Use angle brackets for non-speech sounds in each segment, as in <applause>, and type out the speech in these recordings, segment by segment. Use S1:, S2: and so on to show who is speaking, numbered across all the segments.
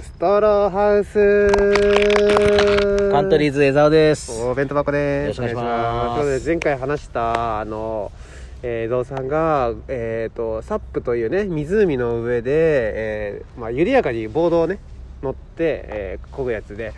S1: ストローハウス
S2: カントリーズ江澤です。
S1: お弁当箱です
S2: よろしくお願いします
S1: ということで前回話したあのえー、ゾウさんが、えー、とサップというね湖の上で、えーまあ、緩やかにボードをね乗って、えー、漕ぐやつで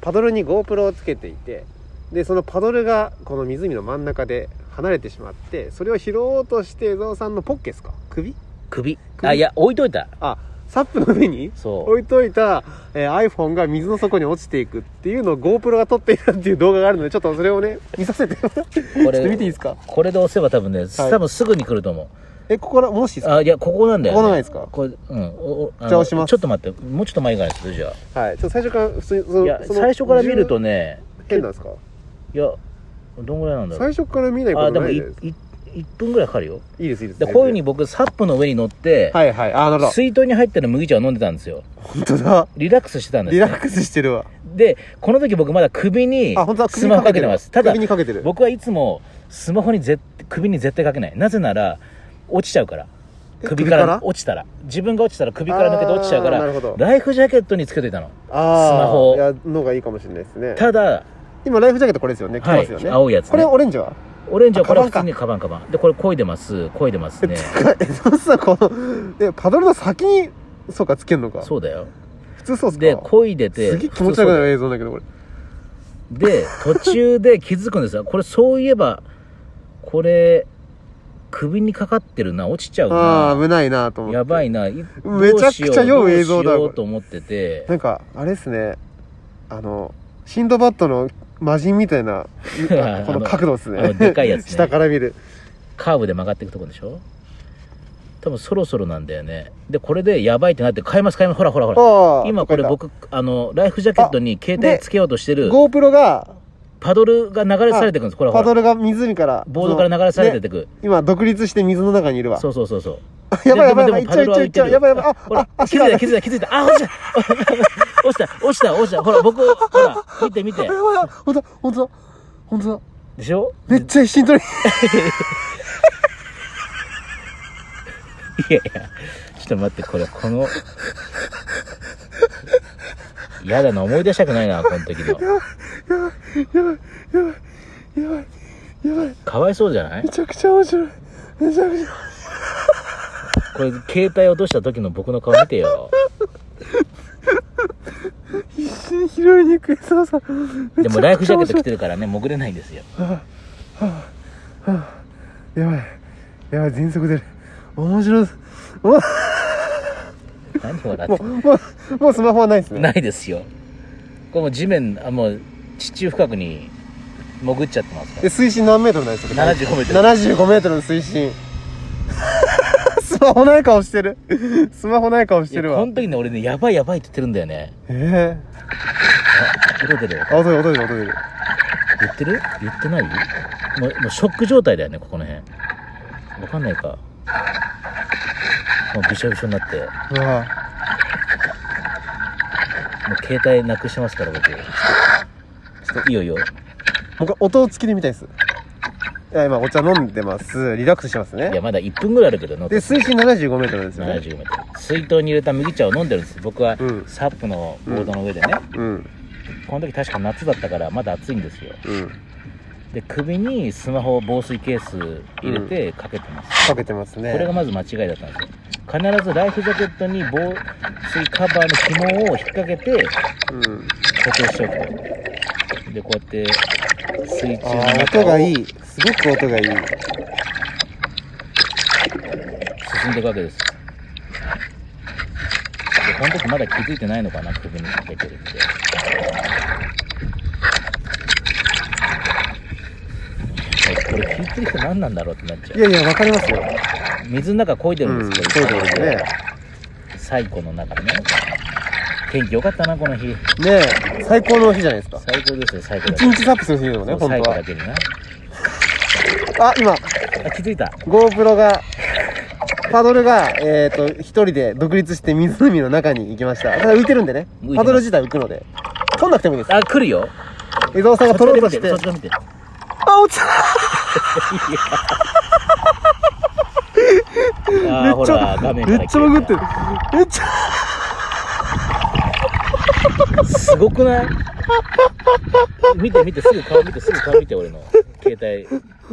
S1: パドルに GoPro をつけていてでそのパドルがこの湖の真ん中で離れてしまってそれを拾おうとしてゾウさんのポッケですか首
S2: 首。
S1: 首
S2: あ、いや、置いといた。
S1: あサップの上に
S2: そ
S1: 置いといた、えー iPhone が水の底に落ちていくっていうのを GoPro が撮っていたっていう動画があるのでちょっとそれをね見させてちょっと
S2: う。こ
S1: 見ていいですか
S2: これで押せば多分ね、多分すぐに来ると思。
S1: えここからもしいう
S2: あ、いや、ここなんだよ、ね。
S1: ここないですか
S2: これ、うん。おおあの
S1: じゃあ押します
S2: ちょっと待って。もうちょっと前ぐらいにするじゃ
S1: はいちょっと最初から普通にそ
S2: あ。
S1: の
S2: いや、
S1: その
S2: 最初から見るとね、
S1: 十変なんですか
S2: いや、どんぐらいなんだろ
S1: 最
S2: う。
S1: 初から見ないこ
S2: あ、
S1: と
S2: で
S1: ない
S2: もい
S1: じゃないですか
S2: い1分ぐらいかかるよ。
S1: いいですいいです
S2: でこういうふうに僕、サップの上に乗って、
S1: はいはいあなるほど
S2: 水筒に入ってる麦茶を飲んでたんですよ。
S1: 本当だ
S2: リラックスしてたんです
S1: リ
S2: ね、
S1: ラックスしてるわ
S2: で、この時僕まだ首に
S1: あ本当だ首
S2: ス
S1: に
S2: マ
S1: か
S2: ホか
S1: けて
S2: けて
S1: る
S2: ます。ただ
S1: 首、にかけてる
S2: 僕はいつもスマホに絶首に絶対かけないなぜなら落ちちゃうから
S1: え
S2: 首から
S1: 首から
S2: 落ちたら自分が落ちたら首から抜けて落ちちゃうか
S1: あーな
S2: ら
S1: るほど
S2: ライフジャケットにつけといたの
S1: あー
S2: スマホを
S1: いやのがいいかもしれないですね
S2: ただ
S1: 今ライフジャケットこれですよね着てますよね、
S2: はい青いやつね
S1: これオレンジは <laughs>
S2: オレンジはこれ
S1: あ
S2: 普
S1: カバ
S2: 通
S1: ンか
S2: にカバンカバンでこれ漕いでます漕いでますね
S1: えそうさこのえパドルの先にそうかつけるのか
S2: そうだよ
S1: 普通そうっすか
S2: で漕いでて
S1: すげえ気持ち悪くなる映像だけどこれ
S2: で途中で気づくんですよこれそういえばこれ首にかかってるな落ちちゃう
S1: ああ
S2: な
S1: 危ないなと思って
S2: やばいな
S1: めちゃくちゃ酔う映像だ
S2: どうしよ
S1: こ
S2: う
S1: れ
S2: と思ってて
S1: なんかあれですねあのシンドバッドの魔人みたい
S2: <laughs>
S1: なあこの角度です
S2: あの
S1: ね
S2: でかいやつね
S1: <laughs> 下から見る
S2: カーブで曲がっていくとこでしょ多分そろそろなんだよねでこれでやばいってなって買います買いますほらほらほら
S1: ああ
S2: 今これ
S1: わかっ
S2: 僕あのライフジャケットに携
S1: で
S2: 帯つけようとして
S1: た
S2: る
S1: GoPro が
S2: パドルが流れされてくんですこれほ
S1: パド
S2: ら
S1: ルが湖から
S2: ボードから流れされて
S1: て
S2: てく
S1: 今独立して水の中にいるわ
S2: そうそうそうそう
S1: やばいやばい
S2: で
S1: やばいい
S2: で
S1: っちゃういっちゃういっちゃう
S2: で
S1: や
S2: も
S1: ばいやばいあ
S2: パドルは浮
S1: あ足
S2: い
S1: が
S2: てるほら気づいた気づいた気づいた <laughs> あ落ちた落ちた落ちた落ちたほら僕ほら見て見て
S1: あやばいやばいほんとだほんとだほんとだ
S2: でしょ
S1: めっちゃ一心取り
S2: いやいや、ちょっと待って、これ、この、やだな、思い出したくないな、この時の。 <laughs>
S1: やばいやばい
S2: かわいそうじゃない
S1: めちゃくちゃ面白いめちゃくちゃ
S2: これ、携帯落とした時の僕の顔見てよ。
S1: 必死に拾いに行くそうさ
S2: でも、ライフジャケット着
S1: て
S2: てるからね、潜れないんですよ。
S1: やばいやばい全速出る面白いもう
S2: 何笑
S1: も
S2: っ
S1: うもうもうスマホはないです
S2: て
S1: ね
S2: ないですよ。これもう地面、あ、もう、地中深くに潜っちゃってますか
S1: で水深何メートルなんですか
S2: ら。75メートル。
S1: 75メートルの水深 <laughs> スマホない顔してるスマホない顔し
S2: い
S1: て
S2: や
S1: るわ
S2: この時ね、俺ね、やばいやばいって言ってるんだよね。
S1: え
S2: 出てるよ
S1: え。ー、あ音出る音出る音出る
S2: 言ってる言ってないもうもうショック状態だよねここの辺わかんないかもうびしょびしょになっても
S1: うわ
S2: う携帯なくしてますから僕ちょっといいよいいよ
S1: もう一回音をつけてみたいですいや今お茶飲んでますリラックスしてます
S2: いや
S1: ね
S2: まだ1分ぐらいあるけどの
S1: で水深75メートルですよね
S2: 70m 水筒に入れた麦茶を飲んでるんです僕は、
S1: うん
S2: サップのボードの上でね、
S1: うん
S2: この時確か夏だったからまだ暑いんですよ
S1: うん
S2: で首にスマホを防水ケース入れてかけてます、
S1: かけてますね
S2: これがまず間違いだったんですよ必ずライフジャケットに防水カバーの紐を引っ掛けて
S1: うん
S2: 固定しておくとでこうやって水中の
S1: あー
S2: 中を
S1: 音がいいすごく音がいい
S2: 進んでいくわけですでこの時まだ気づいてないのかな首にかけてるってこれ聞いてる人何なんだろうってなっちゃ
S1: いやいやわかりますよ
S2: う水の中漕いで
S1: う
S2: るん
S1: ん
S2: で
S1: そう
S2: す
S1: で
S2: けど、
S1: すね
S2: 最古の中でね天気良かったなこの日
S1: ねえ最高の日じゃないですか
S2: 最高ですよ最高だ
S1: 一日サップする日でもね
S2: そう
S1: 本
S2: 最
S1: 当
S2: 後
S1: は
S2: だけにな
S1: あ今
S2: あ気づいた
S1: GoPro がパドルが、えっと一人で独立して湖の中に行きましたただ浮いてるんでね
S2: 浮いてます
S1: パドル自体浮くので取んなくてもいいです
S2: あ来るよ
S1: 伊沢さんが取ろうと
S2: そっ
S1: し
S2: ち
S1: て
S2: を見てそっちを見て
S1: あ落ちた
S2: あーほら画面か
S1: め
S2: ら
S1: っちゃ潜ってるめっちゃ
S2: すごくない見て見て、すぐ顔見て、すぐ顔見て、俺の。携帯、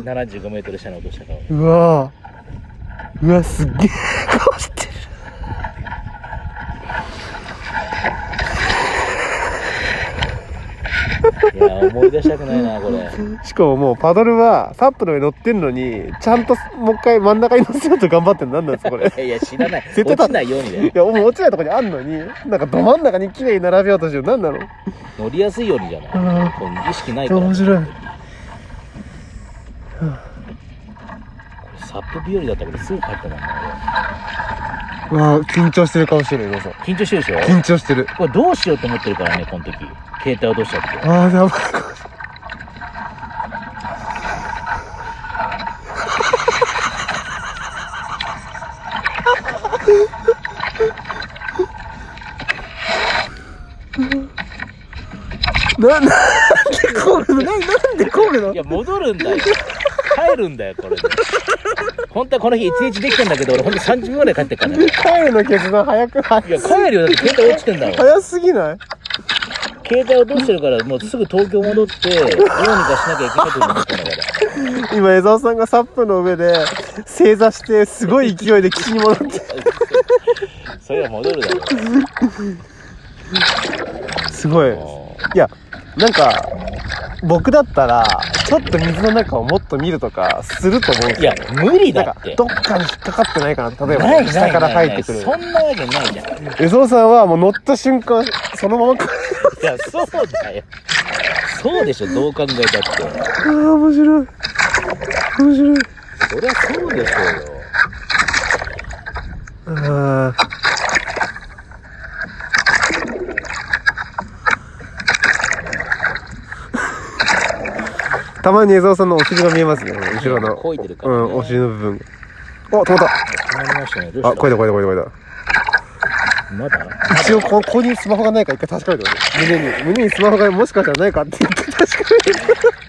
S2: 75メートル下に落とした顔。
S1: うわぁうわすっげえ顔してる
S2: いや、思い出したくないな、これ。
S1: しかももうパドルはサップの上に乗ってんのにちゃんともう一回真ん中に乗せようと頑張ってんの何なんですかこれ
S2: いやいや、知らない。
S1: 絶対
S2: 落
S1: た
S2: ちないようにだよ
S1: い。やもう落ちないとこにあんのになんかど真ん中に綺麗に並べようとしてる何なの
S2: 乗りやすいようにじゃない
S1: あ。
S2: こう意識ないから。
S1: 面白い
S2: これサップ日和だったけど、すぐ帰ったもんな、
S1: うわぁ緊張してる顔してるよさん
S2: 俺。緊張してるでしょ
S1: 緊張してる
S2: これどうしようと思ってるからね、この時。携帯落としちゃって。
S1: ああやばいな、なんで凍るのな、なんで凍るの
S2: いや、戻るんだよ。帰るんだよ、これで。本当はこの日一日できてんだけど、俺ほんと30分ぐらい帰ってっからね。
S1: 帰るの決断早くない
S2: いや、帰るよ。だって携帯落ちてんだろ。
S1: 早すぎない
S2: 携帯落としてるから、もうすぐ東京戻って、どうにかしなきゃいけないと思ってんだから。
S1: 今江沢さんがサップの上で正座してすごい勢いで岸に戻って
S2: それは戻るだろ。
S1: すごいいや、なんか、僕だったら、ちょっと水の中をもっと見るとか、すると思うんです
S2: いや
S1: よ。、
S2: 無理
S1: なん
S2: だ
S1: か
S2: っ、て。
S1: どっかに引っかかってないかな。例え
S2: ないない
S1: ば、下から入ってくる。
S2: ないないそんなわけないじゃん。い
S1: エゾさんはもう乗った瞬間、そ
S2: <laughs>
S1: のまま帰る。
S2: や、そうだよ。そうでしょ、どう考えたって。
S1: ああ、面白い。面白い。
S2: そりゃそうでしょうよ。
S1: ああ。たまに江沢さんのお尻が見えますね。後ろの。
S2: こいでるか
S1: う
S2: らね
S1: ん、お尻の部分。あ、止まった。
S2: 止まりましたね。どうした
S1: あ、これだ、これだ、これだ、これだ。
S2: まだ
S1: 一応こ、ここにスマホがないか一回確かめてほしい胸に、胸にスマホがもしかしたらないかって一回確
S2: <laughs>
S1: か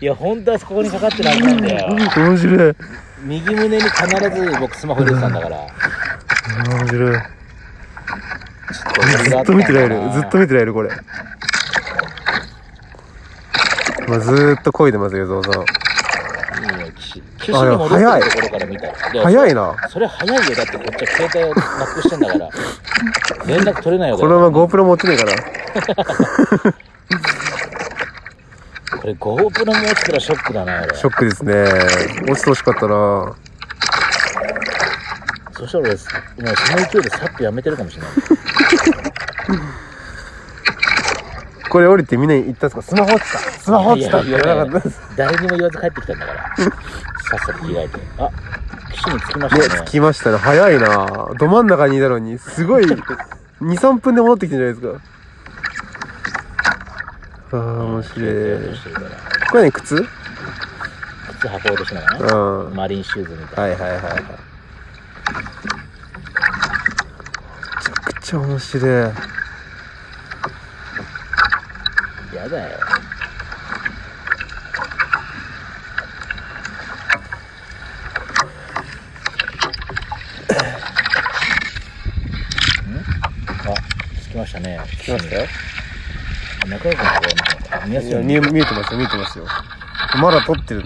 S2: いや、本当はここにかかってなかったんだよ
S1: め。て。面白い。
S2: 右胸に必ず僕スマホ入れてたんだから。
S1: 面白い。
S2: ちょっと俺
S1: ず
S2: があ
S1: った
S2: か
S1: と
S2: な
S1: 見てられる。ずっと見てられる、これ。まあ、ずーっと漕いでますよ、ゾウさん。
S2: いいよ岸岸に戻ってるところから見たら。で
S1: 早いな。
S2: それ早いよ。だってこっちは携帯をなくしてんだから。連絡取れないよ。
S1: このまま GoPro 持ってねえから。
S2: これ GoPro も落ちたらショックだな、俺。
S1: ショックですね。落ちてほしかったな。
S2: そしたら俺、もうその勢いでサッとやめてるかもしれない。
S1: これ降りてみんなに言ったんですかスマホ落ちたスマホ落ちたって
S2: い
S1: 言
S2: や
S1: わ
S2: いやい
S1: な
S2: や
S1: かったです。
S2: 誰にも言わず帰ってきたんだから。さっさと着替えて。あ、岸に着きま
S1: ね、
S2: した
S1: 着
S2: ね。
S1: きましたね。早いな。ど真ん中にいたのに、すごい、2、3分で戻ってきたんじゃないですか。ああ、面白い。
S2: してるから
S1: これね、靴うん。
S2: 靴履こうとしながら。
S1: は
S2: マリンシューズみ
S1: い
S2: たい
S1: はいはいはい。めちゃくちゃ面白い。
S2: な。やだよ。んあ、着きましたね。着
S1: 来ましたよ。
S2: 中岡のところにあ見やす
S1: い
S2: い
S1: や
S2: よう
S1: 見
S2: に
S1: え見えてますよ、見えてますよ。まだ撮ってる。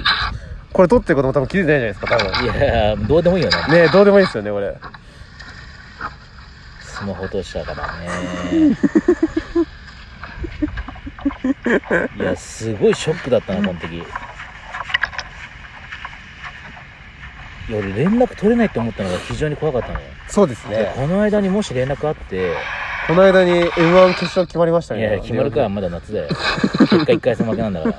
S1: これ撮ってることも多分気づいてないじゃないですか、多分。
S2: いやどうでもいいよね。
S1: ねえ、どうでもいいですよね、これ。
S2: スマホ落としたからね。いや、すごいショックだったな、この時。いや、俺連絡取れないと思ったのが非常に怖かったのよ。
S1: そうです
S2: で
S1: ね。
S2: この間にもし連絡あって、
S1: この間に M1 決勝決まりました
S2: い
S1: ね。
S2: や、決まるか、まだ夏だよ。結果一回戦負けなんだから。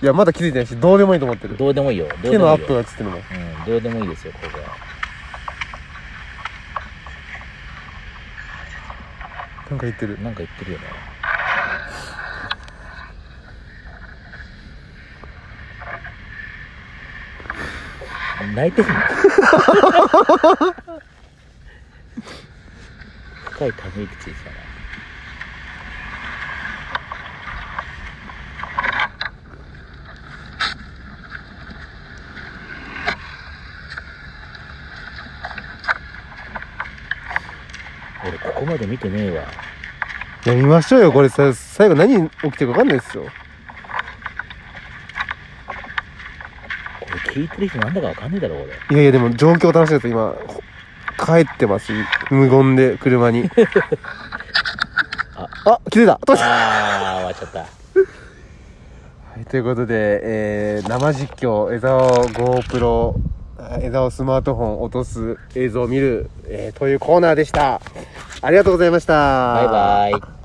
S1: いや、まだ気づいてないし、どうでもいいと思ってる。
S2: どうでもいいよ。どう
S1: 手
S2: で
S1: の
S2: も
S1: ア
S2: いい
S1: ップ
S2: よ。
S1: が映ってるの。
S2: うん、どうでもいいですよ、ここは。
S1: なんか言ってる。
S2: なんか言ってるよね。泣いてるの深いため息ついてたな。俺ここまで見てねえわ
S1: いや見ましょうよこれさ最後何起きてるか分かんないですよ
S2: これ聞いてる人なんだかわかんねえだろ俺
S1: いやいやでも状況楽しいです今ほ帰ってます無言で車に <laughs> ああ気づいたどうした
S2: ああ終わっちゃった
S1: はいということで、えー、生実況江沢 GoPro あ江沢スマートフォン落とす映像を見る、えーというコーナーでしたありがとうございました
S2: バイバイ